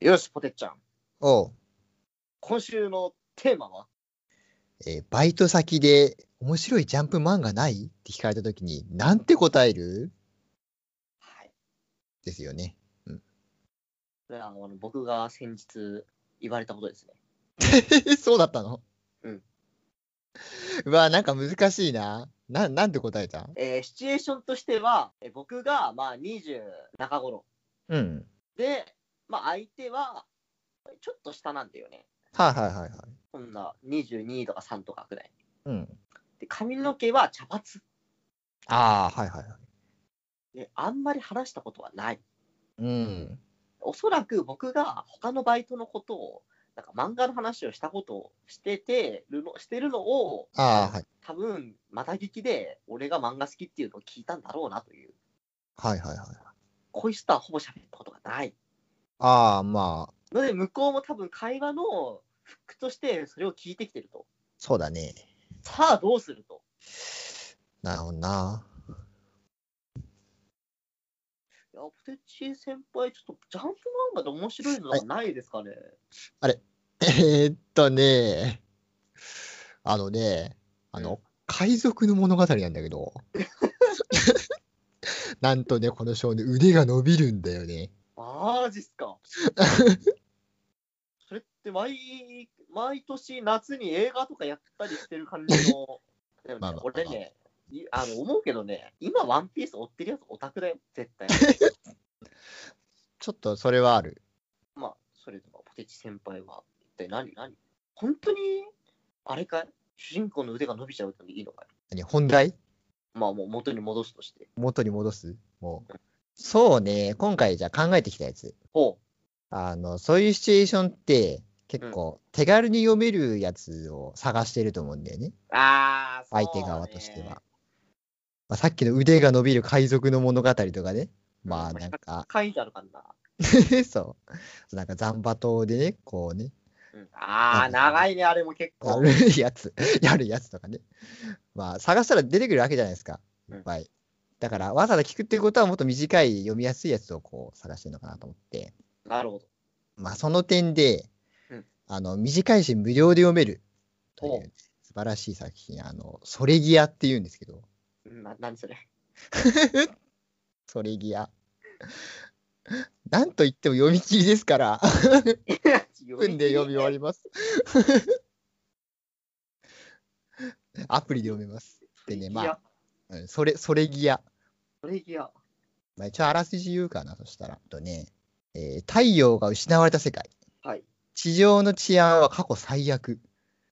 よし、ポテッちゃん。おう、今週のテーマはえーバイト先で面白いジャンプ漫画ないって聞かれたときに、なんて答えるはい。ですよね。 これはあの僕が先日言われたことですね。そうだったのうん。うわ、なんか難しいな。な、なんて答えたえーシチュエーションとしては、えー僕がまあ20中頃うん。で、まあ相手はちょっと下なんだよね。はいはいはいはい。こんな22とか3とかくらい。うん。で、髪の毛は茶髪。ああ、はいはいはい。で、あんまり話したことはない。うん。おそらく僕が他のバイトのことを、なんか漫画の話をしたことをしててるの、してるのを、ああ、はい。多分また聞きで俺が漫画好きっていうのを聞いたんだろうなというはいはいはい。こいつとはほぼ喋ったことがないああ、まあ、ので向こうも多分会話のフックとしてそれを聞いてきてるとそうだね。さあどうするとなるほどな。いやポテチ先輩ちょっとジャンプ漫画で面白いのなんかないですかね、えーっとね、あのね、あうの、海賊の物語なんだけど、 なんとね、この少年、腕が伸びるんだよね。マジっすか それって毎毎年夏に映画とかやったりしてる感じ のでもねまあまあまあ俺ねいあの思うけどね今ワンピース追ってるやつオタクだよ絶対ちょっとそれはある。まあ、それでもポテチ先輩は一体何何本当にあれかい主人公の腕が伸びちゃうといいのかい何本題まあもう元に戻すとして。元に戻すもう。そうね、今回じゃあ考えてきたやつ。ほあの、そういうシチュエーションって、結構手軽に読めるやつを探してると思うんだよね。う。ああ、そうね相手側としては。。まあ、さっきの腕が伸びる海賊の物語とかね。まあなんか、書いてあるかな。 そう。なんか、ザンバ島でね、こうね、うん、ああ、長いね、あれも結や構。るやつ、 やるやつとかね。まあ、探したら出てくるわけじゃないですか、いっぱい。だから、わざわざ聞くっていうことは、もっと短い、読みやすいやつをこう、探してるのかなと思って。なるほど。まあ、その点でうん、あの、短いし、無料で読めるといおうう、素晴らしい作品、あの、ソレギアって言うんですけど、うんな何それ。ソレギア。 なんと言っても読み切りですから。読分で 読み終わ ります。アプリで読めます。でねまあ。うんそれ、それギア。それギア。まあ、一応あらすじ言うかな、そしたら。とね、えー太陽が失われた世界。はい。地上の治安は過去最悪。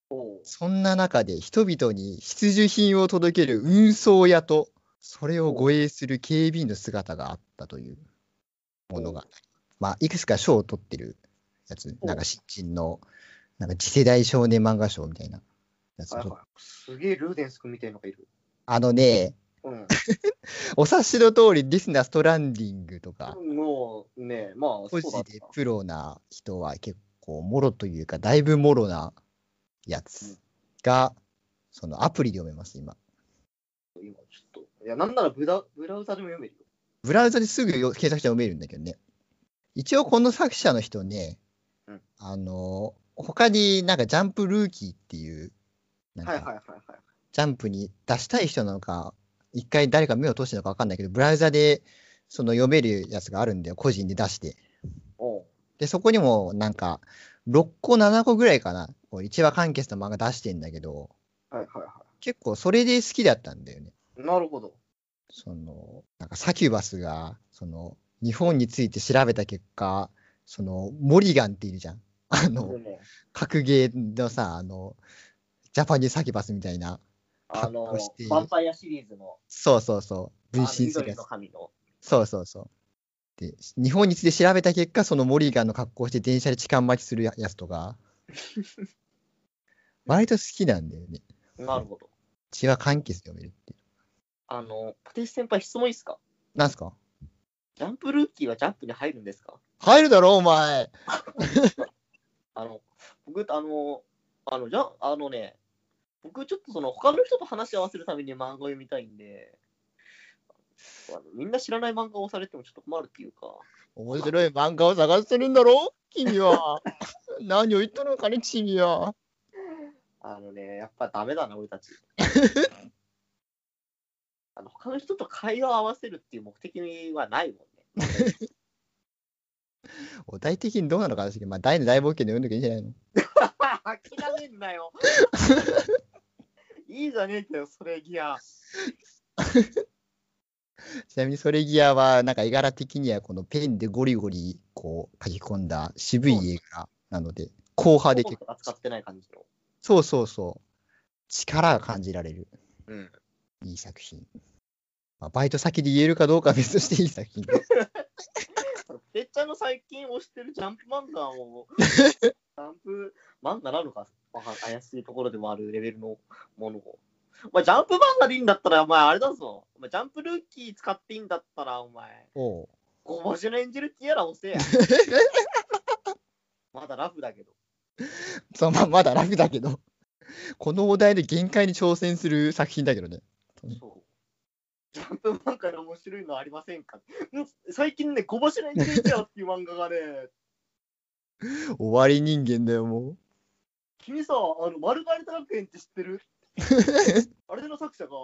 おうそんな中で人々に必需品を届ける運送屋と、それを護衛する警備員の姿があったというものが、まあ、いくつか賞を取ってるやつ、おなんか新人の、なんか次世代少年漫画賞みたいなやつをはい取はっいすげえルーデンス君みたいのがいる。あのね、うん。お察しの通り、リスナーストランディングとか、もうね、まあ、そ個う人だっでた。プロな人は結構、もろというか、だいぶもろなやつが、そのアプリで読めます、今。今ちょっと。いや、なんならブラブラウザでも読めるよ。ブラウザですぐよ検索したら読めるんだけどね。一応この作者の人ね、うんあの、他になんかジャンプルーキーっていう、なんはいはいかはいはい。ジャンプに出したい人なのか、一回誰か目を通してるのか分かんないけど、ブラウザでその読めるやつがあるんだよ、個人で出して。おうで、そこにもなんか、6個、7個ぐらいかな、こう一話完結の漫画出してんだけど、はいはいは結構それで好きだったんだよね。い。なるほど。そのなんかサキュバスがその日本について調べた結果そのモリガンっているじゃんあのね、格ゲーのさあのジャパニーズサキュバスみたいなあの、発表しているヴァンパイアシリーズの、そうそうそうあ分の身する緑やつの神の。そうそうそうで日本について調べた結果そのモリガンの格好をして電車で痴漢待ちするややつと か割と好きなんだよねなるほど。血は完結で読めるっていうあの、ポテチ先輩質問いいですかなんすかジャンプルーキーはジャンプに入るんですか入るだろお前あの、僕、あの、あの、じゃ、あのね、僕ちょっとその他の人と話し合わせるために漫画を読みたいんで、あのみんな知らない漫画をされてもちょっと困るっていうか、面白い漫画を探してるんだろ君は。 何を言ったのかね、君は。あのね、やっぱダメだな、俺た ち。あの他の人と会話を合わせるっていう目的はないもんね。お題的にどうなのかなまあ、大の大冒険で読んどきゃいいんじゃないの諦めんなよ。いいじゃねえけど、それギア。ちなみにソレギアは、なんか絵柄的にはこのペンでゴリゴリこう書き込んだ渋い絵柄なので、硬派で結構、扱ってない感じの。そうそうそう、力が感じられる、うん。いい作品。まあ、バイト先で言えるかどうかは別としていい作品。てっちゃんの最近推してるジャンプ漫画を、ジャンプ漫画なのか、わかん怪しいところでもあるレベルのものを。お前、ジャンプ漫画でいいんだったら、お前、あれだぞ。お前、ジャンプルーキー使っていいんだったら、お前、おうごぼじのエンジェルティアラ押 せや。まだラフだけど。そうまあ、まだ楽だけど、このお題で限界に挑戦する作品だけどね。そう。ジャンプ漫画で面白いのありませんか うん最近ね、ごぼじのエンジェルティアラっていう漫画がね、 終わり人間だよ、もう。君さ、あの、丸刈り学園って知って るあれの作者が、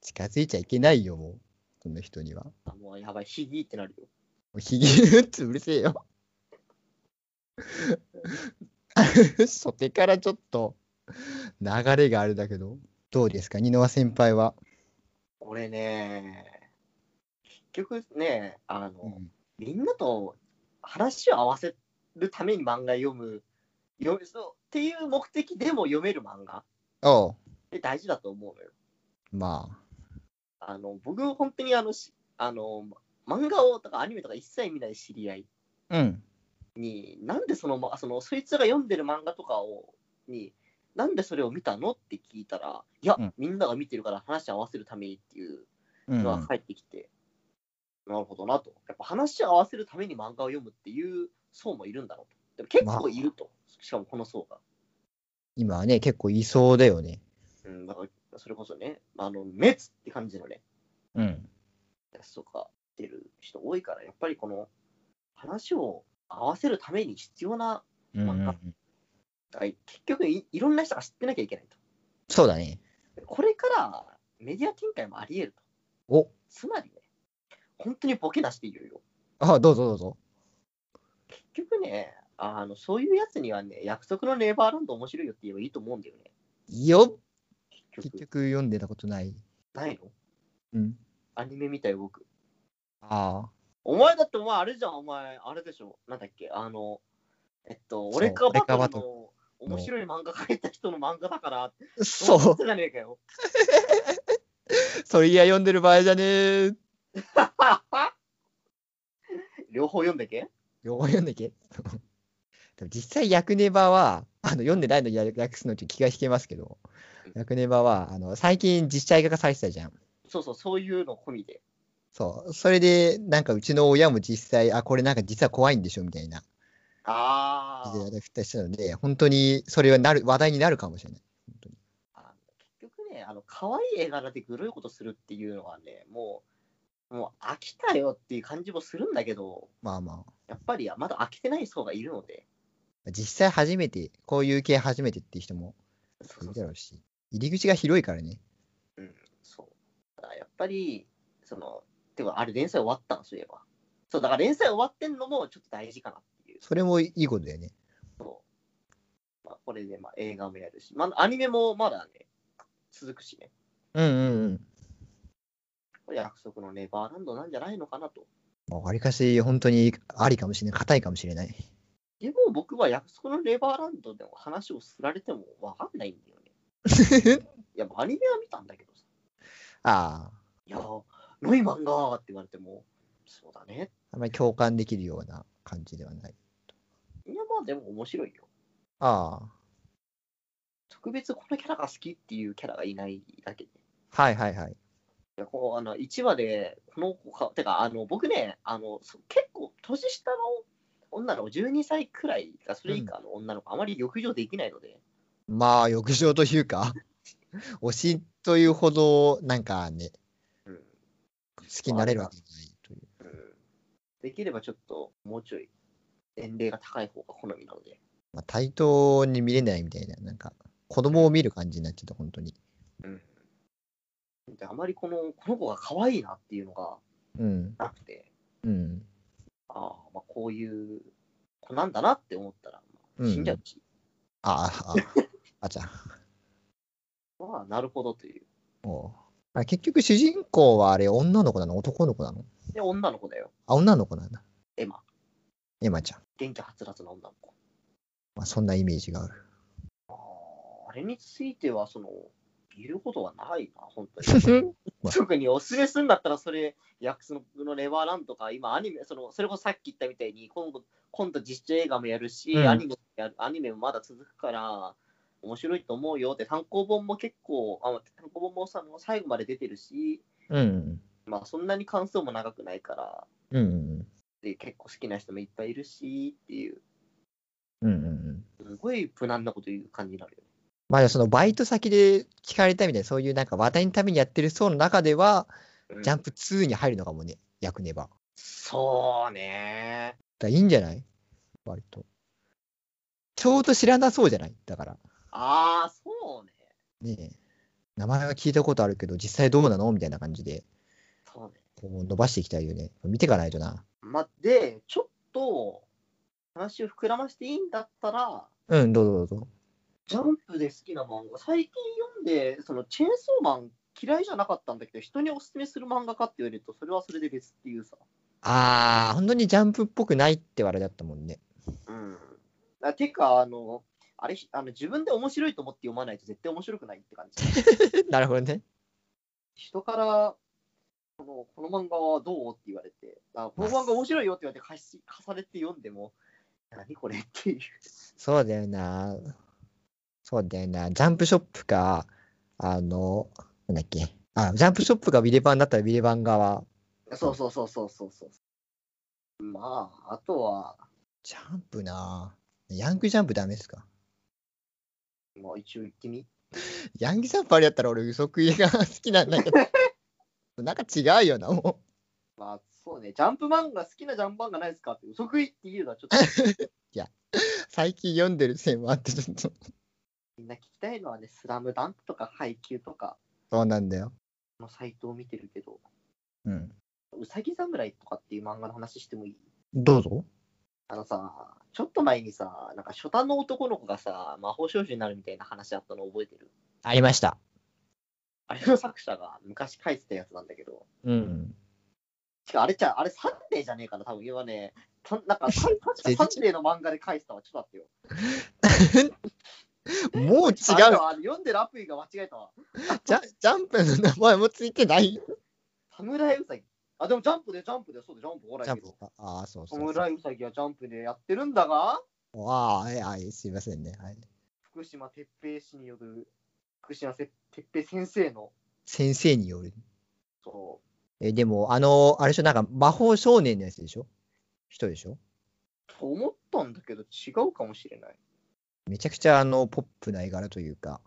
近づいちゃいけないよ、もう。この人には。あもうやばい、ひぎってなるよ。ひげってうるせえよ。 初手からちょっと流れがあれだけど、どうですか、二の輪先輩は。俺ね、結局ね、あの、うんみんなと話を合わせるために漫画読む読むそうっていう目的でも読める漫画おうって大事だと思うのよ。まあ、あの僕、本当にあのしあの漫画をとかアニメとか一切見ない知り合いうん、に、なんでそのまそのそいつが読んでる漫画とかをに、なんでそれを見たのって聞いたら、いや、うんみんなが見てるから話を合わせるためにっていううんが返ってきて、なるほどなと。やっぱ話を合わせるために漫画を読むっていう層もいるんだろうと。でも結構いると。しかもこの層が。今はね、結構いそうだよね。うん、だからそれこそね、あの、滅って感じのね、うん、やつとか出る人多いから、やっぱりこの話を合わせるために必要な、うんうんうまん、だから結局いいろんな人が知ってなきゃいけないそうだね。と。これからメディア展開もあり得ると。おつまりね、本当にボケなしでいろいろ。あどうぞどうぞ。結局ね、あのそういうやつにはね、約束のネバーランド面白いよって言えばいいと思うんだよね。いいよ結結局、局読んでたことない。ないのうん。アニメみたい僕。ああ、お前だってお前あれじゃん、お前、あれでしょ。なんだっけ、あの、えっと、そう俺かバ俺かバトトルの面白い漫画描いた人の漫画だから、そうう。じゃねえかよ。 それいや読んでる場合じゃねえ。両方読んでけよ読んだっけ でも実際、役ネバは、あの読んでないのに訳すのって気が引けますけどうん、役ネバは、あの最近実写映画化されてたじゃん。そうそう、そういうの込みで。そう。それで、なんかうちの親も実際、あ、これなんか実は怖いんでしょみたいなあ感じでー。話題振ったりしたので、本当にそれはなる話題になるかもしれない。あ結局ね、あの可愛い絵柄でグロいことするっていうのはね、もう、もう飽きたよっていう感じもするんだけど、まあまやっぱりまだ飽きてない層がいるので、あ。実際初めて、こういう系初めてっていう人もそういそうるだろうし、入り口が広いからね。そうだからやっぱり、その、てか、あれ、連載終わったの、そういえば。そう、だから連載終わってんのもちょっと大事かなっていう。それもいいことだよね。まあ、これで、まあ、映画もやるし、まあ、アニメもまだね、続くしね。うんうんこれ約束のネバーランドなんじゃないのかなと。うん。わりかし、本当にありかもしれない。硬いかもしれない。でも僕は約束のネバーランドでも話をすられてもわかんないんだよね。いや、アニメは見たんだけどさ。ああ。いやー、ノイマンがーって言われても、そうだね。あまり共感できるような感じではない。いや、まあでも面白いよ。あ特別このキャラが好きっていうキャラがいないだけで。いあ。はいはいはい。や、こう、あの、1話で、この子か、てか、あの、僕ね、あの、そ結構、年下の女の子、12歳くらいか、それ以下の女の子、あまり浴場できないので、まあ、浴場と いうか、推しというほど、なんかね、うん。好きになれるわけじゃないという。できればちょっと、もうちょい、年齢が高い方が好みなので。まあ、対等に見れないみたいな、なんか、子供を見る感じになっちゃった、本当に。であまりこの、この子が可愛いなっていうのがうん。なくて、うん。ああ、まあこういう子なんだなって思ったら、まあ死んじゃうし、ああ、ああちゃん。まあ、なるほどという。おうあ結局、主人公はあれ、女の子なの男の子なので、女の子だよ。あ、女の子なんだ。エマ。エマちゃん。元気はつらつな女の子。まあ、そんなイメージ がある。あああれについては、その、言うことはないな、本当に。 特におすすめするんだったら、それ、約束のネバーランドとか、今、アニメ、その、それこそさっき言ったみたいに、今度、今度実写映画もやるし、うんアニメもやる、アニメもまだ続くから、面白いと思うよって、単行本も結構、あ単行本もさ最後まで出てるし、うん。まあ、そんなに感想も長くないから、うん。うん。で結構好きな人もいっぱいいるしっていう、うん。うんうん。すごい無難なこと言う感じになるよね。まあ、じゃあそのバイト先で聞かれたみたいな、そういうなんか話題のためにやってる層の中では、ジャンププ2に入るのかもね、役ねば。だかそうね。らいいんじゃない割と。ちょうど知らなそうじゃないだから。ああ、そうね。ねえ。名前は聞いたことあるけど、実際どうなのみたいな感じで、そうね。こう伸ばしていきたいよね。見ていかないとな。まあ、で、ちょっと話を膨らましていいんだったら、うん、どうぞどうぞ。ジャンプで好きな漫画、最近読んで、そのチェーンソーマン嫌いじゃなかったんだけど、人におすすめする漫画かって言われると、それはそれで別っていうさ。あー、本当にジャンプっぽくないって話題だったもんね。 うん。あてか、あの、あれ、ひあの自分で面白いと思って読まないと絶対面白くないって感じ。 なるほどね。人からこのこの漫画はどうって言われてあ、この漫画面白いよって言われて貸し貸されて読んでも、何これっていう。そうだよな。そうだよな。ジャンプショップか、あの、なんだっけ。あ、ジャンプショップがビレバンだったらビレバン側。そうそうそうそうそうそう。まあ、あとは、ジャンプな。ヤングジャンプダメっすかまあ、一応言ってみ。ヤングジャンプあれやったら俺、嘘食いが好きなんだけど。 なんか違うよな、もう。まあ、そうね、ジャンプ漫画、好きなジャンプ漫画ないですかって、嘘食いっていうのはちょっと、最近読んでるせいもあって、ちょっと。みんな聞きたいのはね、スラムダンクとか、配給とかそうなんだよ。のサイトを見てるけど、うん。うさぎ侍とかっていう漫画の話してもいいどうぞ。あのさ、ちょっと前にさ、なんか初端の男の子がさ、魔法少女になるみたいな話あったの覚えてるありました。あれの作者が昔書いてたやつなんだけど、うん。しかもあれちゃ、あれサンデーじゃねえかな、多分今ね、たなんか、た確 かサンデーの漫画で書いてたわ、ちょっと待ってよ。もう違う。ジあャのあの読んでるアプリが間違えたわ。ジャンプの名前もついてない。侍ウサギ。あ、でもジャンプで、ジャンプで、そうで、ジャンプ、ほら、ジャンプ。ああ、そうそうそう。侍ウサギはジャンプでやってるんだが、ああ、はい、はい、すいませんね。はい、福島哲平氏による、福島せ哲平先生の、先生による。そえ、でも、あの、あれでしょ、なんか、魔法少年のやつでしょ人でしょう、と思ったんだけど、違うかもしれない。めちゃくちゃ、あの、ポップな絵柄というか、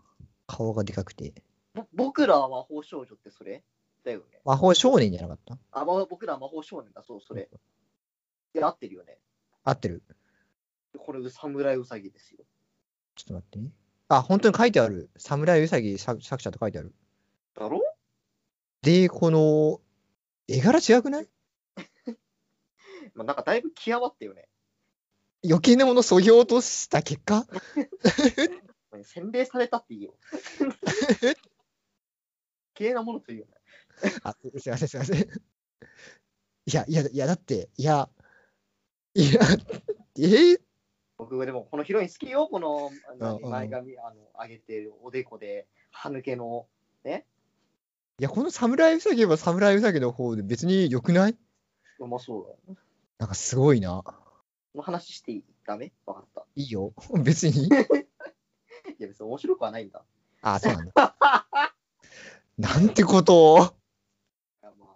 顔がでかくて。ぼ僕らは魔法少女ってそれだよね。魔法少年じゃなかったあ、ま僕らは魔法少年だ、そう、それ。いや、合ってるよね。合ってる。これ、侍うさぎですよ。ちょっと待ってね。あ、本当に書いてある。侍うさぎ作作者と書いてある。だろで、この、絵柄違くないまあ、なんかだいぶ気合わったよね。余計なものそぎ落とした結果洗礼されたってい いよ。綺麗なものというよね。あ、すいません、すいません。いや、いや、いや、だって、いや、いや、え僕、でもこのヒロイン好きよ、このあのうんうん前髪あの上げてるおでこで、歯抜けの。いや、この侍ウサギは侍ウサギの方で別に良くないうまそうだよ。なんかすごいな。この話していいダメわかった。いいよ。 別に。いや、別に面白くはないんだ。あ、そうなん だ。なんてことを。いやまあ、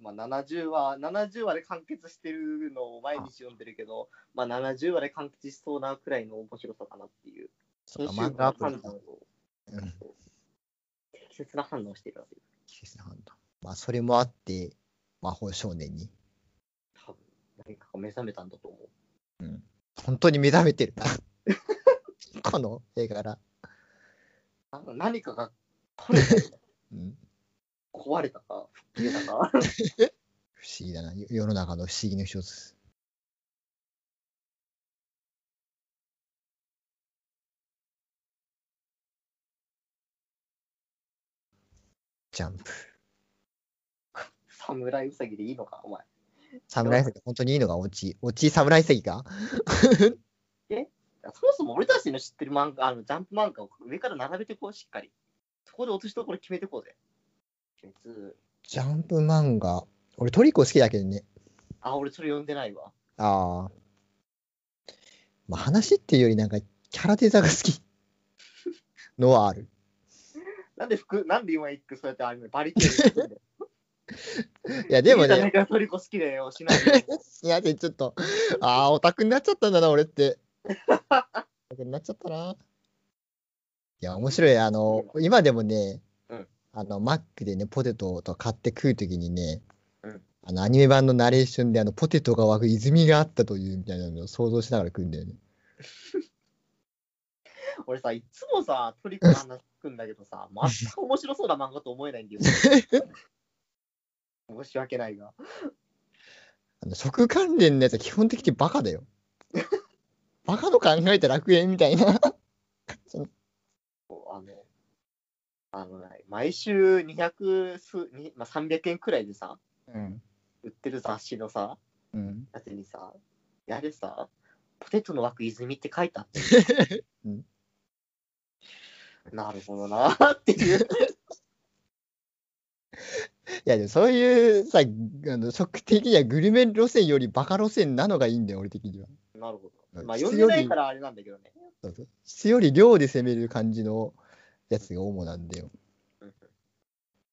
まあ、70話、70話で完結してるのを毎日読んでるけど、まあ、70話で完結しそうなくらいの面白さかなっていう。そうか、編集漫部画のアプリ判だ断をうん適切な判断をしてるわけです。季節の判断まあ、それもあって、魔法少年に、多分何かが目覚めたんだと思う。本当に目覚めてるな。 この絵柄。なんか何かが取れたりうん、壊れたか、吹っ切れたか。 不思議だな。よ世の中の不思議の一つ。ジャンプ。侍うさぎでいいのか、お前。侍崎、本当にいいのがオチ。オチ侍崎かそもそも俺たちの知ってる漫画、あのジャンプ漫画を上から並べてこう、しっかり。そこで落としどころ決めてこうぜ。鬼滅。ジャンプ漫画。俺トリコ好きだけどね。あ、俺それ読んでないわ。ああ。まあ話っていうよりなんかキャラデザが好き。のはある。なんで服、なんで今一句そうやってあれねバリケードに行くんだよい やでもいいじゃなねい、かトリコ好きだよ、し ないよいやでちょっと、ああ、オタクになっちゃったんだな、俺って。オタクになっちゃったな。いや、面白い。あの、今でもね、うんあの、マックでね、ポテトと買って食うときにね、うんあの、アニメ版のナレーションで、あの、ポテトが湧く泉があったというみたいなのを想像しながら食うんだよね。俺さ、いつもさ、トリコの話聞くんだけどさ、全く面白そうな漫画と思えないんだ よ。申し訳ないが。あの食関連のやつは基本的にバ カだよ。バカの考えた楽園みたいな。あの、あのね、毎週200数、にまあ、300円くらいでさ、うん。売ってる雑誌のさ、うん。やつにさ、やれさ、ポテトの枠泉って書いてあって。 うんなるほどなーっていう。 いや、でもそういうさ、あの食的にはグルメ路線よりバカ路線なのがいいんだよ、俺的には。なるほうど。んまあ、読んでないからあれなんだけどね。そうそう質より量で攻める感じのやつが主なんだよ。うん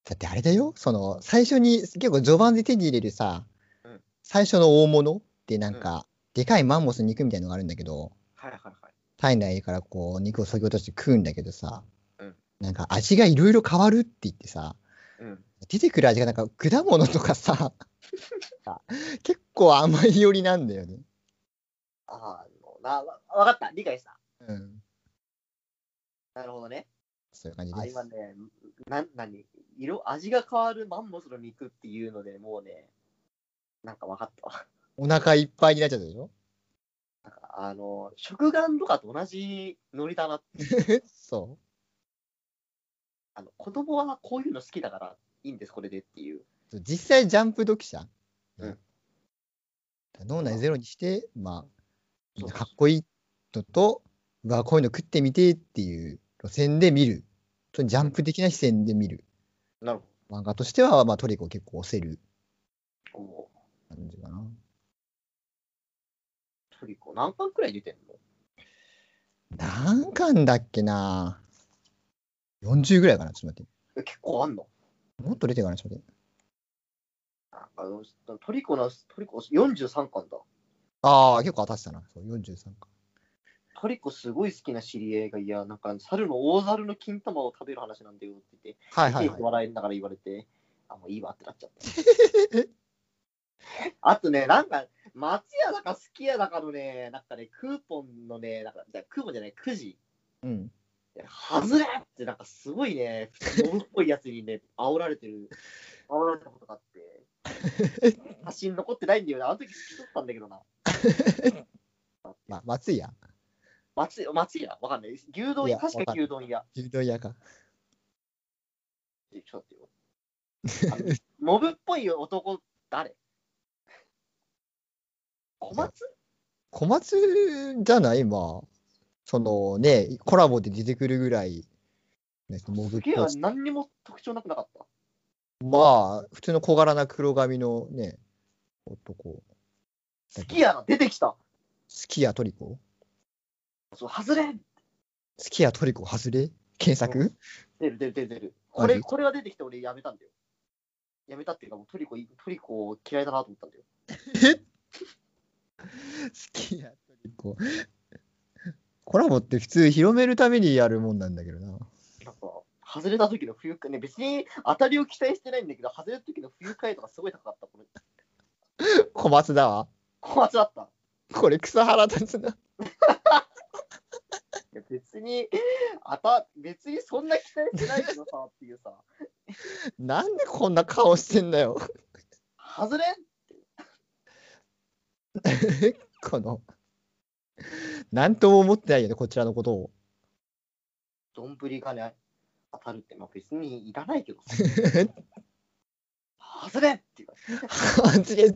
だってあれだよ、その最初に結構序盤で手に入れるさ、うん最初の大物ってなんか、でかいマンモスの肉みたいのがあるんだけど、はいはいはい。体内からこう肉を削ぎ落として食うんだけどさ、うんなんか味がいろいろ変わるって言ってさ、うん。出てくる味がなんか果物と かさ、結構甘い寄りなんだよね。あの、な、わわかった。理解した。うん、なるほどね。そういう感じあ、です今。ね、な、なに、色、味が変わるマンモスの肉っていうので、もうね、なんかわかったわ。お腹いっぱいになっちゃったでしょなんかあの、食玩とかと同じノリだなって。そあの子供はこういうの好きだから、いいんです、これでっていう。う。実際ジャンプ読者、うん脳内ゼロにして、まそうあ、かっこいいのと、うわ、こういうの食ってみてっていう路線で見る。ちょっとジャンプ的な視線で見る。なるほ漫画としては、まあ、トリコ結構押せるど。こ感じかな。うトリコ、何巻くらい出てんの何巻だっけな ?40 ぐらいかなちょっと待っえ結構あんのて。もっと出てるかなちょっと待って。あのトリコの、トリコ43巻だ。ああ、結構当たってたな。そう、43巻。トリコすごい好きな知り合いが、いや、なんか、猿の大猿の金玉を食べる話なんだよって言って、はいはい、手はいを。笑いながら言われて、あ、もういいわってなっち ゃった。あとね、なんか、松屋だかすき家だかのね、なんかね、クーポンのね、なんか、じゃあクーポンじゃない、くじ。うん。ハズレってなんかすごいね、ノブっぽいやつにね、煽られてる、煽られたことがあ って、写真残ってないんだよな、あの時好きだったんだけどな。ま、松井や。松屋、松屋わかんない。牛丼い屋、や確かわかんない牛丼屋。牛丼屋か。ちょっ と待ってよ。あのノブっぽい男、誰小松小松じゃないまあ、そのね、コラボで出てくるぐらい、ね、モブすっげえぽいわ、何にも特徴なくなかった。まあ、普通の小柄な黒髪のね、男。好きやが出てきた。スキヤトリコそう、ハズレスキヤトリコ外れ検索出る出る出る出る。マこれ、ジこれが出てきて俺やめたんだよ。やめたっていうか、もうトリコ、トリコ嫌いだなと思ったんだよ。スキヤトリコ。コラボって普通広めるためにやるもんなんだけどな。なんか、外れた時の不愉快ね、別に当たりを期待してないんだけど、外れた時の不愉快とかすごい高かった、これ。小松だわ。小松だった。これ草原立つな。いや別に、あた、別にそんな期待してないけどさ、っていうさ、なんでこんな顔してんだよ。外れこの。なんとも思ってないよね、こちらのことを。 どんぶりがね、当たるって、まあ、別にいらないけどさ。外れっていうか、外れ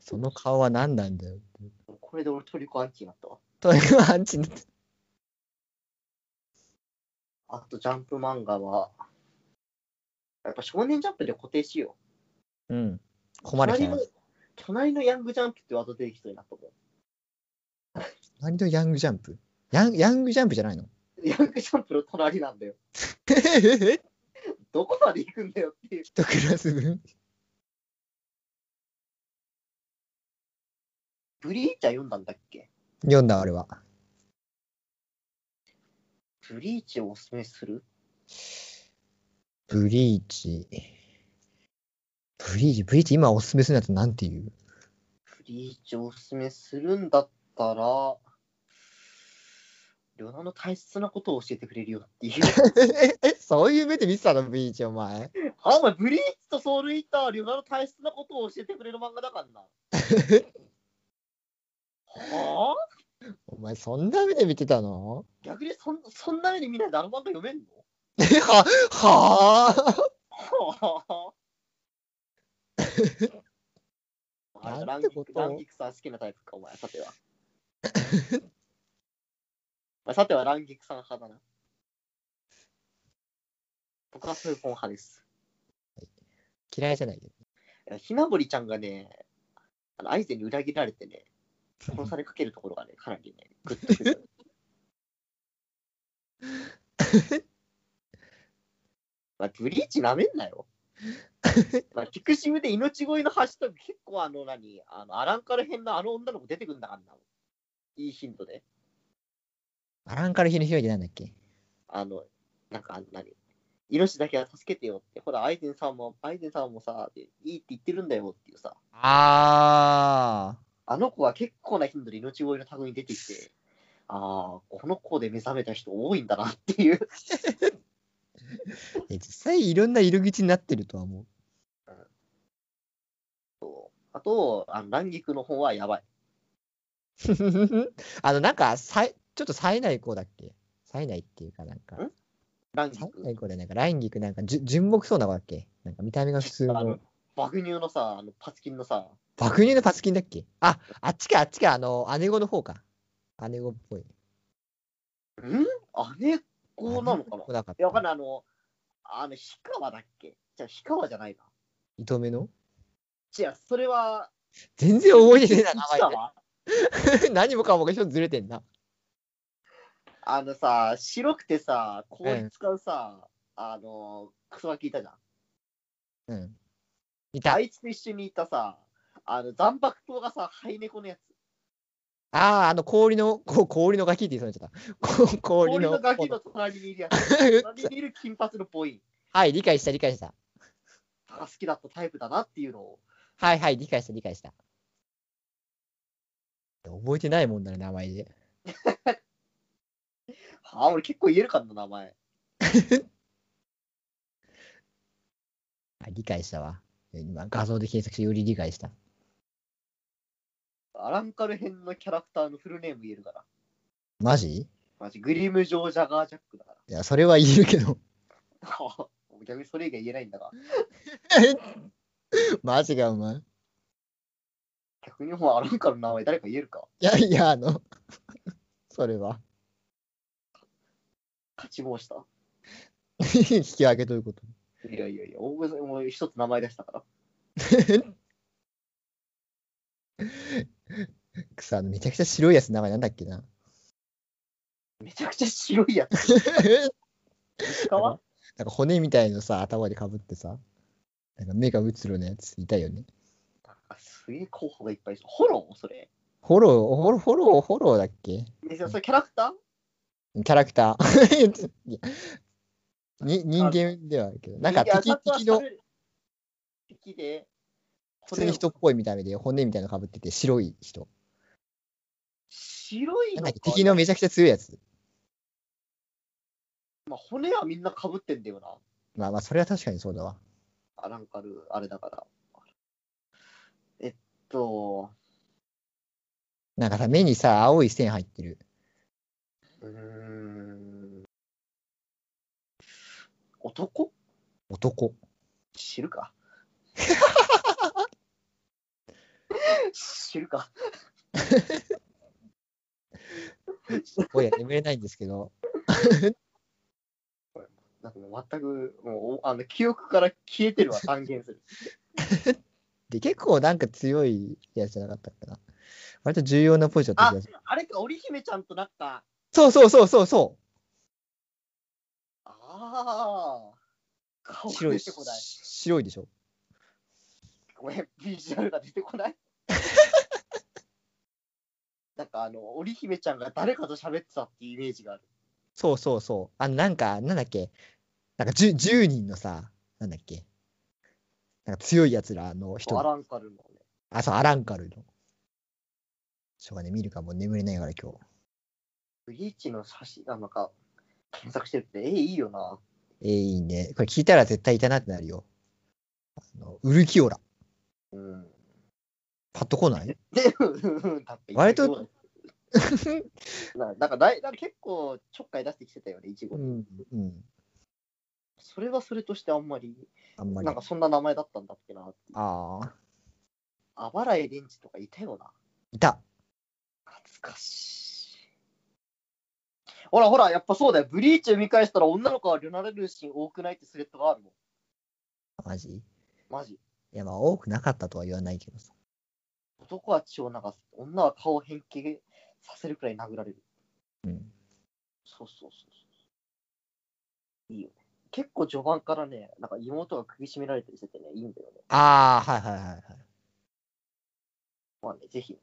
その顔は何なんだよ。もうこれで俺トリコアンチになったわ。トリコアンチになってあとジャンプ漫画は、やっぱ少年ジャンプで固定しよう。うん。困る隣ねの。隣のヤングジャンプってワード出てきそうになったも何とヤングジャンプヤンヤングジャンプじゃないの ん。ヤングジャンプの隣なんだよ。一どこまで行くんだよっていう。クラス分ブリーチャー読んだんだっけ読んだ俺は。ブリーチをおすすめするブリーチ。ブリーチ、ブリーチ今おすすめするやつなんていう ブリーチをおすすめするんだったら、ヨナの大切なことを教えてくれるよ っていう。え、え、そういう目で見てたのブリーチお前。あ、お前、ブリーチとソウルイーターはリョナの大切なことを教えてくれる漫画だ からな。はあお前そんな目で見てたの 逆にそんそんな目に見ないであの漫画読めんのえ、は、ははあ。あれなラんンてキこクとランキクさん好きなタイプか、お前、さては。まあ、さてはランキクさん派だな。僕はスーポン派です。嫌いじゃないよ。いやひなぼりちゃんがね、あのアイゼンに裏切られてね、殺されかけるところがね、かなりね、グッとくる。まあ、ブリーチなめんなよ。まあ、ピクシブで命乞いのハッシュタグ、結構あの何、あのアランカル編のあの女の子出てくるんだからな。いいヒントで。アランカルヒのヒロインなんだっけあの、なんかあの何、命だけは助けてよって、ほら、アイゼンさんも、アイゼンさんもさ、でいいって言ってるんだよっていうさ。ああの子は結構な頻度で命乞いのタグに出てきて、ああ、この子で目覚めた人多いんだなっていう。 ー。え、実際いろんな色口になってるとは思う。 あと、あの乱菊の方はやばい。あの、なんか、さいちょっと冴えない子だっけ冴えないっていうかなんか、ん乱冴え菊な。い子で、なんか、ラインギクなんか、じゅ純朴そうな子だっけなんか、見た目が普通あのの。爆乳のさ、あのパツキンのさ、爆乳のパツキンだっけあ、あっちか、あっちか、あの、姉子の方か。姉子っぽい。ん姉子なのか姉な子だかいや、わかんない。なあの、あの、氷川だっけじゃあ、氷川じゃないな。い。糸目の違う、それは、全然覚えてねえな、市名川前。 何もかもが一つずれてんな。あのさ、白くてさ、氷使うさ、あの、クソガキいたじゃん。うん。いあた。いつと一緒にいたさ、あの、残白刀がさ、ハイネコのやつ。ああ、あの、氷の、こ氷のガキって言いそうになっちゃった。 こ氷氷の。のガキの隣にいるや つ。隣にいる金髪のボーイ。はい、理解した、理解した。が好きだったタイプだなっていうのを。はいはい、理解した、理解した。覚えてないもんだね、名前で。はあ、俺結構言えるかんな、名前。はい理解したわ。今、画像で検索してより理解した。アランカル編のキャラクターのフルネーム言えるから。マジいマジ、グリム・ジョー・ジャガー・ジャックだから。や、それは言えるけど。 はあ 逆にそれ以外言えないんだが。マジがうまい。逆にもうアランカルの名前誰か言えるか。いやいや、あの、 それは。 勝ち申した。引き分けということ。いやいやいや、大御所もう一つ名前出したから。くそあのめちゃくちゃ白いやつの名前なんだっけな。めちゃくちゃ白いやつ。 石川なんか骨みたいのさ、頭でかぶってさ、なんか目がうつろのやついたよね。なんかすげえ候補がいっぱいいそう。ホローそれ。フォロー、フォロー、フォロー、フォローだっけえそれキャラクターキャラクター。いや に人間ではあるけど、なんか敵敵の、敵で、普通に人っぽい見た目で骨みたいなの被ってて白い人。白いなんのだかっけ敵のめちゃくちゃ強いやつ。まあ、骨はみんな被ってんだよな。まあまあ、それは確かにそうだわ。アランカル、あれだから。えっと、なんかさ、目にさ、青い線入ってる。うーん。男男。知るか。知るか。おや、眠れないんですけど。 なんかもう全く、もうおあの記憶から消えてる わ、断言する。で、結構なんか強いやつじゃなかったっけな。割と重要なポジションだった気がする。あれか、織姫ちゃんとなった。そうそうそうそうそああ。う。顔が白い。出してこない。白いでしょ。ごめん、ビジュアルが出てこない。 なんかあの、織姫ちゃんが誰かと喋ってたっていうイメージがある。そうそうそう。あの、なんか、なんだっけ。なんか10、10人のさ、なんだっけ。なんか強いやつらの人ア。ランカルのね。あ、そう、アランカルの。しょうがね、見るかもう眠れないから今日。ブリーチの写真がなんか、検索してるって、えいいよな。えー、いいね。これ聞いたら絶対いたなってなるよ。あのウルキオラ。うん。パッと来ないで、 うん、 だって割と。ななんかだい、なんか結構ちょっかい出してきてたよね、いちごうに。ん。うん。それはそれとしてあんまり、あんまり。なんあかそんな名前だったんだっけなって。あー。あばらえレンジとかいたよな。いた。懐かしい。ほらほら、やっぱそうだよ。ブリーチを見返したら女の子は離れるシーン多くないってスレッドがあるもん。マジいマジ。や、まあ、多くなかったとは言わないけどさ。男は血を流す。女は顔を変形させるくらい殴られる。うん。そうそうそうそう。いいよね。結構序盤からね、なんか妹が首絞められたりしててね、いいんだよね。ああ、はいはいはいはい。まあね、ぜひね。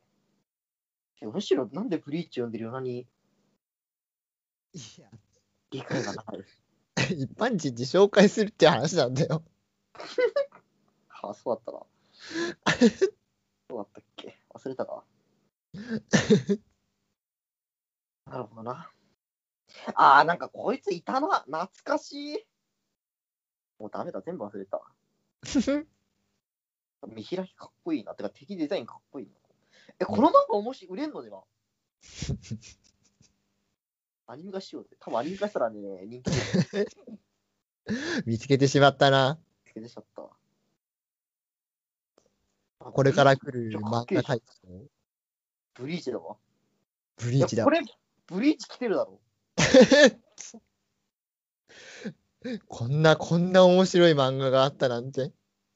いやむしろなんでブリーチ読んでるようなにいや、 理解がない。一般人で紹介するって話なんだよ。 はあ、そうだったな。 そうだったっけ忘れたか。なるほどな。ああ、なんかこいついたな。懐かしい。もうダメだ、全部忘れた。見開きかっこいいな。てか敵デザインかっこいいな。え、この漫画もし売れんので はアニメ化しようぜ。多分アニメ化したらね、人気出見つけてしまったな。てしちゃったわ。これから来る漫画タイトル。ブリーチだわ。ブリーチだいやこ。れ、ブリーチ来てるだろ。こんな、こんな面白い漫画があったなんて。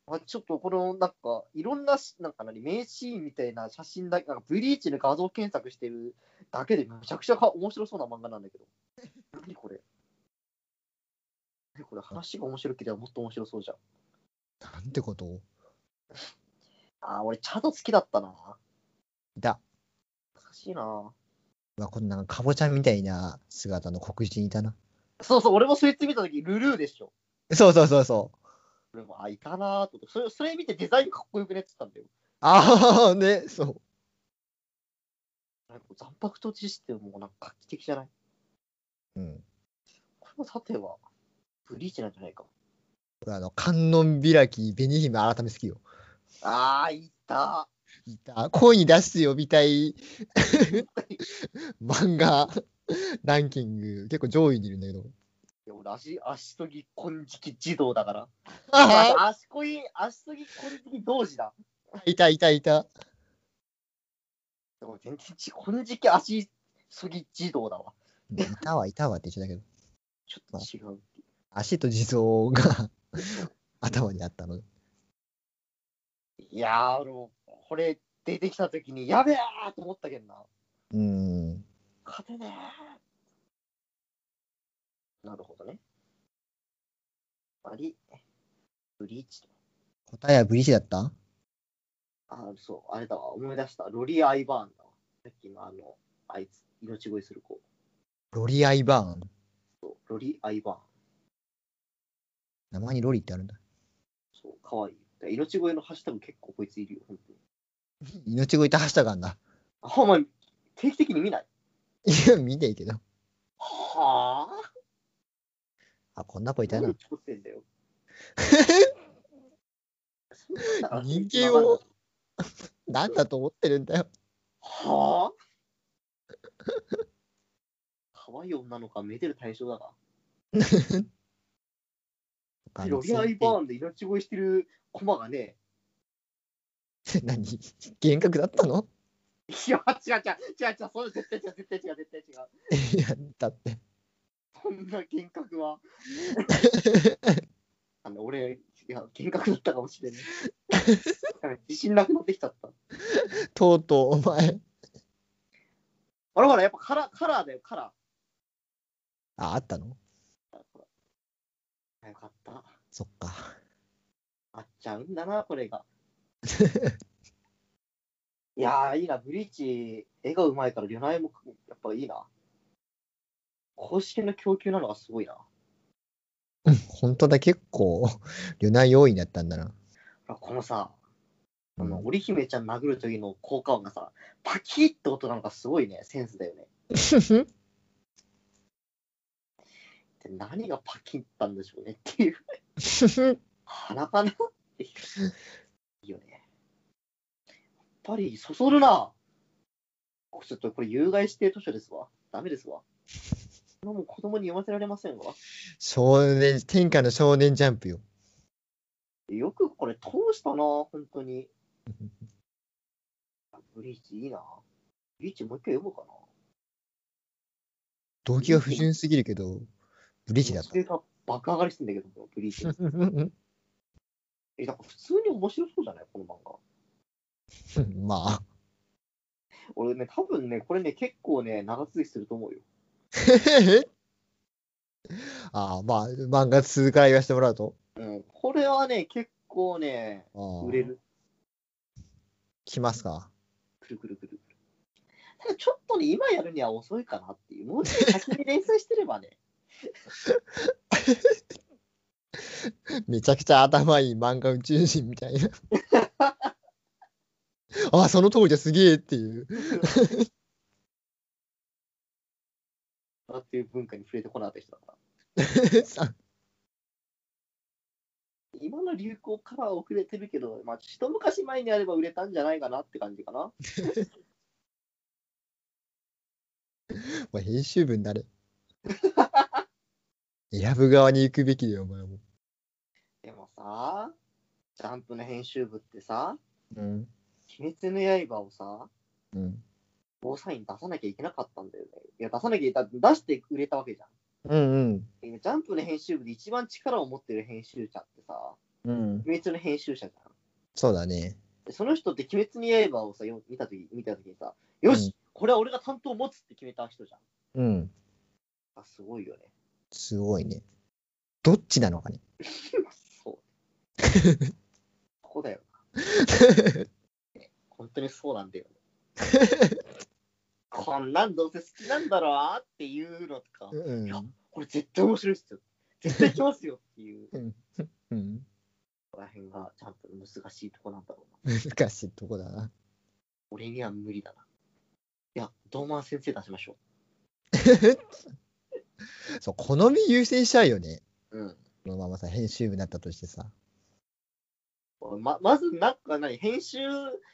あちょっとこのなんか、いろんなし、なんか何、名シーンみたいな写真だけ、なんかブリーチの画像検索してるだけで、めちゃくちゃか面白そうな漫画なんだけど。 何これ何これ話が面白ければもっと面白そうじゃん。なんてことをあー、俺、チャド好きだったな。いた。懐かしいな。まあ、こんなかぼちゃみたいな姿の黒人いたな。そうそう、俺もそいつ見たとき、ルルーでしょ。そうそうそうそう。俺も、あ、いたなーと思ってそれ。それ見てデザインかっこよくねって言ったんだよ。ああ、ね、そう。なんか残白と知識ってもうなんか画期的じゃないうん。これもさては、ブリーチなんじゃないか。これあの、観音開き、紅姫改め好きよ。あー、いた。いた。声に出して呼びた い漫画ランキング、結構上位にいるんだけど。いや俺足、足とぎ金色児童だから。ああ足こい、足とぎ金色童子だ。いたいたいた。でも全然ち、金色足とぎ児童だわ。いたわ、いたわって一緒だけど。ちょっと違う。足と地蔵が 頭にあったの。いやー、俺もこれ出てきたときに、やべえーと思ったけどな。うん。勝てねー。なるほどね。あり、ブリーチと。答えはブリシだったあ、そう、あれだわ。思い出した。ロリー・アイバーンだわ。さっきのあの、あいつ、命乞いする子。ロリアイバーン。そうロリー・アイバーン。山にロリってあるんだ。そう、かわいい。だから命乞いのハッシュタグ結構こいついるよ、本当に。命乞いってハッシュタグあんだ。あ、お前、定期的に見ないいや、見ていいけど。はああ、こんな子いた何なを。作ってん だよ。人間を。なんだと思ってるんだよ。はあ可愛い女の子はめでる対象だが。ロリアイバーンで命乞いしてるコマがね、何幻覚だったのいや、違う違う違う違う、それ絶対違う、絶対違う、絶対違う。いや、だって。 そんな幻覚は。あの俺、いや、幻覚だったかもしれない。 自信なくなってきちゃった。とうとうお前。あらほら、やっぱカラーカラーだよ、カラあ、あったのー。ほらよかった。そっか。あっちゃうんだな、これが。いやー、いいな、ブリーチ、絵がうまいから、リョナイもやっぱいいな。公式の供給なのがすごいな。本当だ、結構、ルナ要員だったんだな。 あこのさ、うこのん織姫ちゃん殴る時の効果音がさ、パキッって音なのがすごいね、センスだよね。 で何がパキッたんでしょうねっていう。鼻かなっていう。いいよね。やっぱり、そそるな。ちょっとこれ、有害指定図書ですわ。ダメですわ。これはもう子供に読ませられませんわ。少年、天下の少年ジャンプよ。よくこれ通したな、本当に。ブリーチいいな。ブリーチもう一回読もうかな。動機が不純すぎるけど、ブリーチだっそれが爆上がりしてんだけど、このブリーチ。 た。うんえ、なんか普通に面白そうじゃないこの漫画。ま あ、俺ね、多分ね、これね、結構ね、長続きすると思うよ。ああ、まあ、漫画通から言わせてもらうと。うん。これはね、結構ね、ああ売れ。る。来ますか。くるくるくるくる。ただちょっとね、今やるには遅いかなっていう。もうちょい先に連載してればね。 めちゃくちゃ頭いい漫画宇宙人みたい な。ああ、その通りですげえっていう。 だっていう文化に触れてこなかった人だから。さ今の流行からは遅れてるけど、まあ、一昔前にあれば売れたんじゃないかなって感じかな。お前編集部になれ。 選ぶ側に行くべきだよ、お前も。でもさ、ジャンプの編集部ってさ、うん。鬼滅の刃をさ、うん。ゴーサイン出さなきゃいけなかったんだよね。いや、出さなきゃいけ出して売れたわけじゃん。うんうん。今ジャンプの編集部で一番力を持ってる編集者ってさ、うん。鬼滅の編集者じゃん。そうだね。でその人って鬼滅の刃をさ、よ見たとき見たときにさ、よし、うんこれは俺が担当を持つって決めた人じゃん。うん。あ、すごいよね。すごいね。どっちなのかね。そう。ここだよな。本当にそうなんだよね。こんなんどうせ好きなんだろうっていうのとか、うん。これ絶対面白いっすよ。絶対来ますよっていう、うん。 ここら辺がちゃんと難しいとこなんだろうな。難しいとこだな。俺には無理だな。いや、ドーマン先生出しましょそう、好み優先しちゃうよね。う。うん。このままさ、編集部になったとしてさ。俺ままず、なんか何、編集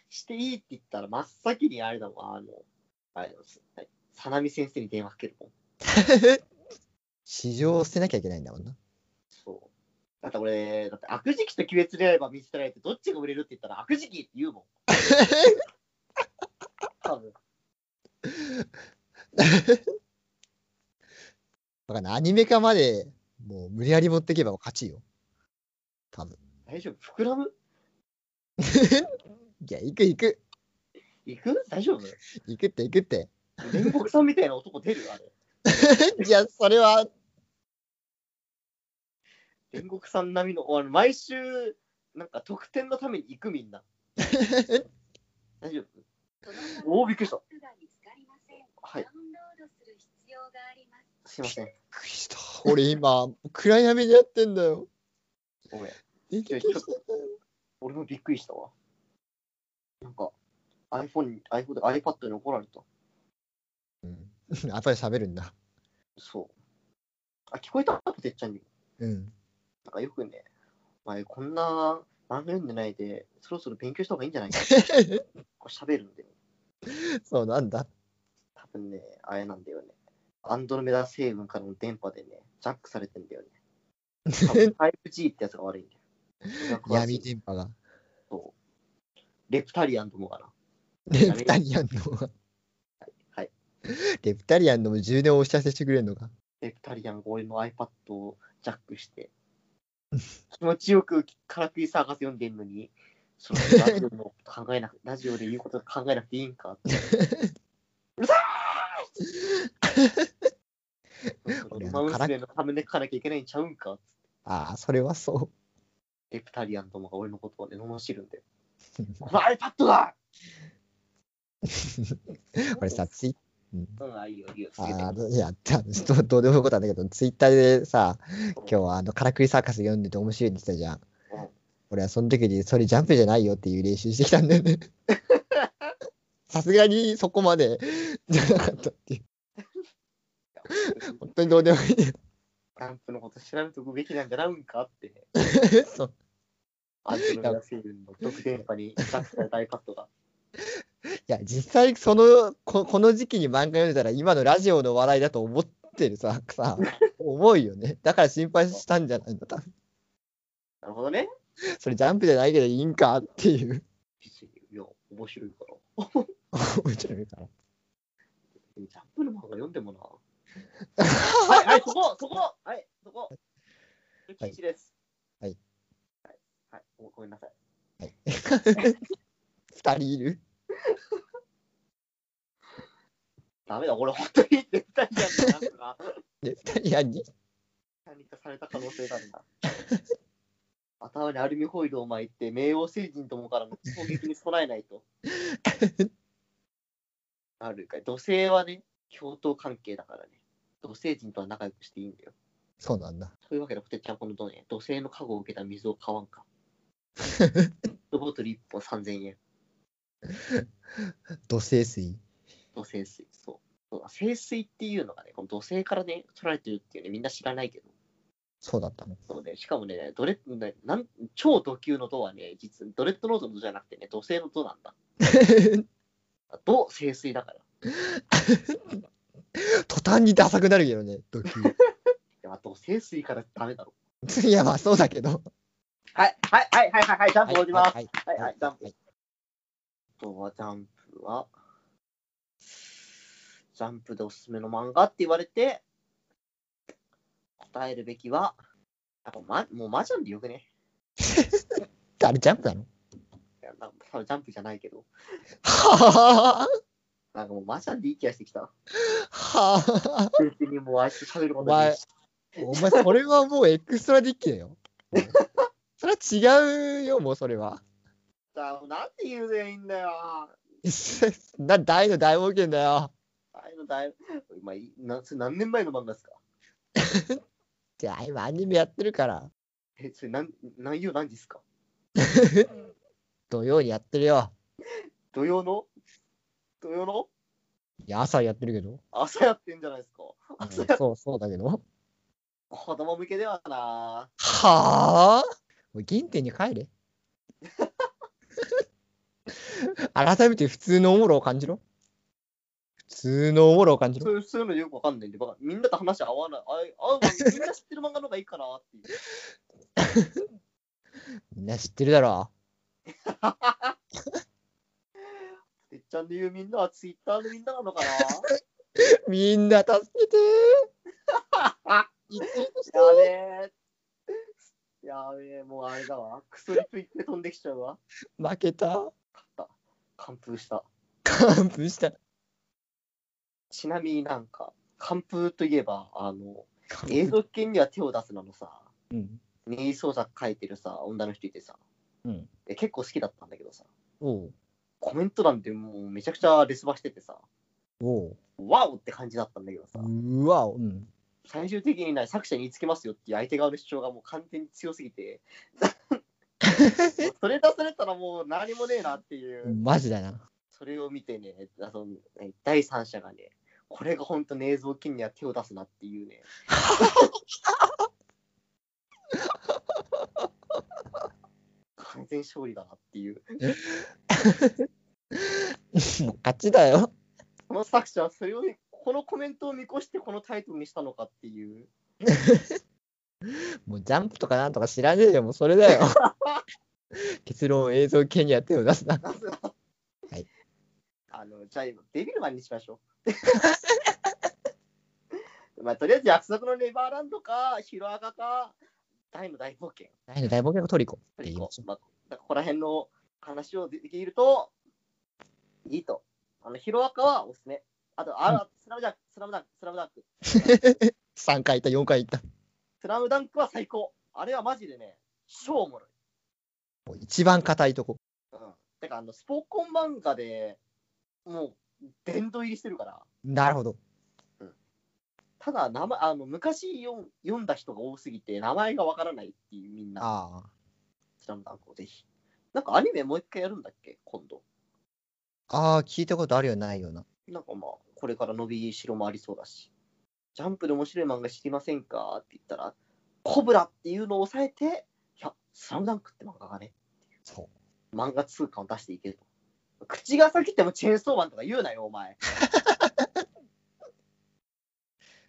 していいって言ったら、真っ先にあれだもん、あの、あれだもん、はいさなみ先生に電話かけるもん。市場を捨てなきゃいけないんだもんな。そう。だって俺、だって悪時期と鬼滅であれば見せたられて、どっちが売れるって言ったら悪時期って言うもん。多分。だからアニメ化まで、もう無理やり持っていけば勝ちよ。多分。大丈夫膨らむいや、行く行く。いく大丈夫行くって行くって。煉獄さんみたいな男出るあれ。いや、それは、煉獄さん並みの、あの毎週、なんか特典のために行くみんな。大丈夫おお、びっくりした。はい。すいません。びっくりした。俺今、暗闇でやってんだよ。ごめん。電気消してたよ俺もびっくりしたわ。なんか、iPhone に、iPhone で iPad に怒られた。うん。やっぱり喋るんだ。そう。あ、聞こえたてっちゃんに。うん。なんかよくね、お前こんな漫画読んでないで、そろそろ勉強した方がいいんじゃないかってこう喋るんだよ。そうなんだ。多分ね、あれなんだよね。アンドロメダ成分からの電波でね、ジャックされてんだよね。多分 5G ってやつが悪いんだよ。俺が詳し闇い電波が。レプタリアンともかな。レプタリアンの。はい。レプタリアンのも充電をお知らせしてくれるのか。レプタリアンが俺の iPad をジャックして、気持ちよくからくりサーカス読んでんのに、そのラジオのこと考えなく、ラジオで言うこと考えなくていいんかって。うるさーいその馬娘のためで書かなきゃいけないんちゃうんかってああ、それはそレプタリアンともが俺のことをね、罵るんで。う。この iPad だ俺さ、ツイうんうん、あ、いいよ、いいよ。続けてあ ーいや、ちょっとどうでもよかったんだけど、ツイッターでさ、今日はあの、からくりサーカス読んでて面白いって言ってたじゃんうん。俺はその時に、それジャンプじゃないよっていう練習してきたん だよね。さすがにそこまでじゃなかったっていう。本当にどうでもいい。ランプのこと調べておくべきなんじゃないんかって。 そうアンジェラ・セイルの独電波にジャックされた iPad が。いや、実際そのこ、この時期に漫画読んでたら、今のラジオの笑いだと思ってるさ、さ思うよね。だから心配したんじゃないの多分なるほどね。それジャンプじゃないけどいいんかっていう。いや、面白いから。面白いから。ジャンプの漫画読んでも な。はい、はい、そこ、そこ、はい、そこ。はい1です。はい。はい、はいごごめんなさい。二人いるダメだ、俺、本当に絶対ジャンプなんとか、で、二人やに何かされた可能性があるな。頭にアルミホイルを巻いて、冥王星人ともからの攻撃に備えないと。あるかい。土星はね、共闘関係だからね。土星人とは仲良くしていいんだよ。そうなんだ。というわけで、ポテちゃんこのどね、土星の加護を受けた水を買わんか。ペットボトル1本3000円。土星水。土星水。そう。そうだ清水っていうのがね、この土星からね、取られてるっていうね、みんな知らないけど。そうだったの。そうね、しかもね、ドレッねなん超ド級のドはね、実ドレッドノートのドじゃなくてね、土星のドなん だ。ド、清水だから。い途端にダサくなるけどね、ドキや、まあ土星水からダメだろ。ュいや、まあそうだけど。はい、はい、はい、はい、はい、はい、ジャンプ降ります。はい、はい、はい、ジャンプ。はい。あとはジャンプは、ジャンプでおすすめの漫画って言われて、答えるべきは、やっぱ、ま、もうマジャンでよくね。あれ、ジャンプなのいやなんか多分ジャンプじゃないけど、はなんかもうマジャンでいい気がしてき た。ぁはぁ別にもうあいつ喋ることないし。お前、それはもうエクストラディッキだよ。もうそれは違うよ、もうそれは。じゃあ、なんて言うでいいんだよ。な、大の大冒険だよ。ああいうのだいぶ、今、いなそれ何年前の漫画ですかじゃあ、今アニメやってるから、え、それ何、内容何時ですか土曜にやってるよ。土曜の土曜のいや、朝やってるけど。朝やってんじゃないですか。うん朝や、そう、そうだけど。子供向けではな。はぁもう原点に帰れ。 改めて普通のおもろを感じろ。普通のおもろを感じそろ。ういうそういうのよくわかんないんで、バカみんなと話合わない。あ合う漫画みんな知ってる漫画の方がいいかなっていう。みんな知ってるだろ。てっちゃんで言うみんなはツイッターのみんななのかなみんな助けてやー。いついつしてべえ。やべえ、もうあれだわ。クソリプいって飛んできちゃうわ。負けた。完封した。完封した。ちなみになんか、完封といえば、あの、永続権には手を出すなのさ、うん。ネイソーザ書いてるさ、女の人いてさ、うん。で結構好きだったんだけどさ、おう。コメント欄でもうめちゃくちゃレスバしててさ、おう。ワオって感じだったんだけどさ、うわお。うん。最終的にない作者に言いつけますよっていう相手側の主張がもう完全に強すぎ て、もうそれ出されたらもう何もねえなっていう、マジだな。それを見てね、あのね第三者がね、これが本当に映像金には手を出すなっていうね、完全勝利だなっていう。もう勝ちだよ。この作者はそれを、このコメントを見越してこのタイトルにしたのかっていう。もうジャンプとかなんとか知らねえよ。もうそれだよ。結論映像系には手を出すな。いあのじゃあデビルマンにしましょ う。まあ、とりあえず約束のネバーランドか、ヒロアカか、大の大冒険。大の大冒険のトリコって言いこましょまあ、だからここら辺の話をできると、いいと。あのヒロアカはおすすめ。あと、あ、うスラムダンク、スラムダンク、スラムダンク。う。3回行った、4回行った。スラムダンクは最高。あれはマジでね、超おもろい。もう一番硬いとこ。うん。だからあの、スポコン漫画でもう、殿堂入りしてるから。なるほど。ただ名前あの昔読ん読んだ人が多すぎて名前がわからないっていうみんな、あスラムダンクをぜひ。なんかアニメもう一回やるんだっけ、今度。あ。ああ、聞いたことあるようなないような。なんかまあ、これから伸びしろもありそうだし、ジャンプで面白い漫画知りませんかって言ったら、コブラっていうのを抑えて、いや、スラムダンクって漫画がね、そう。漫画通感を出していけると。口が裂けてもチェーンソーマンとか言うなよ、お前。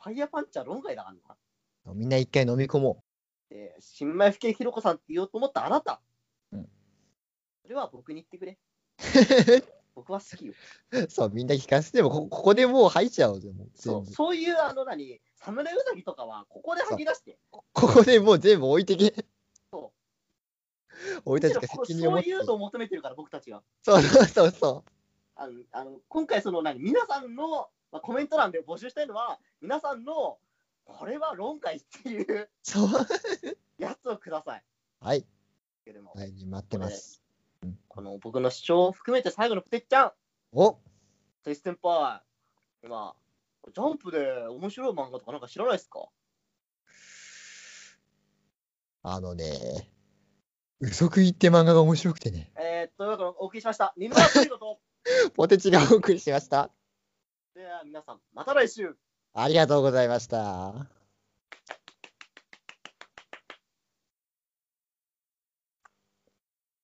ファイヤーパンチャー論外だからな。みんな一回飲み込もえー新米府警ひろこさんって言おうと思ったあなた、うんそれは僕に言ってく れ。僕は好きよ。う。 そう、みんな聞かせても、こここでもう入っちゃおうぜ。もうそ全う部そういう、あの何、侍うさぎとかは、ここで吐き出して、ここでもう全部置いてけ。そ 俺たちむしろがこう責任をそう持って。いうのを求めてるから、僕たちが。そうそうそうそあのあの今回、その何、皆さんの、まあ、コメント欄で募集したいのは、皆さんの、これは論外っていうう。そう。やつをください。はい。けどもはい、待ってます。この僕の主張を含めて最後のプテッちゃん、おテイス先輩、今、ジャンプで面白い漫画とかなんか知らないですかあのね、嘘食いって漫画が面白くてね。えー、というわけでお送りしました。ニノラということ。ポテチがお送りしました。では皆さん、また来週。ありがとうございました。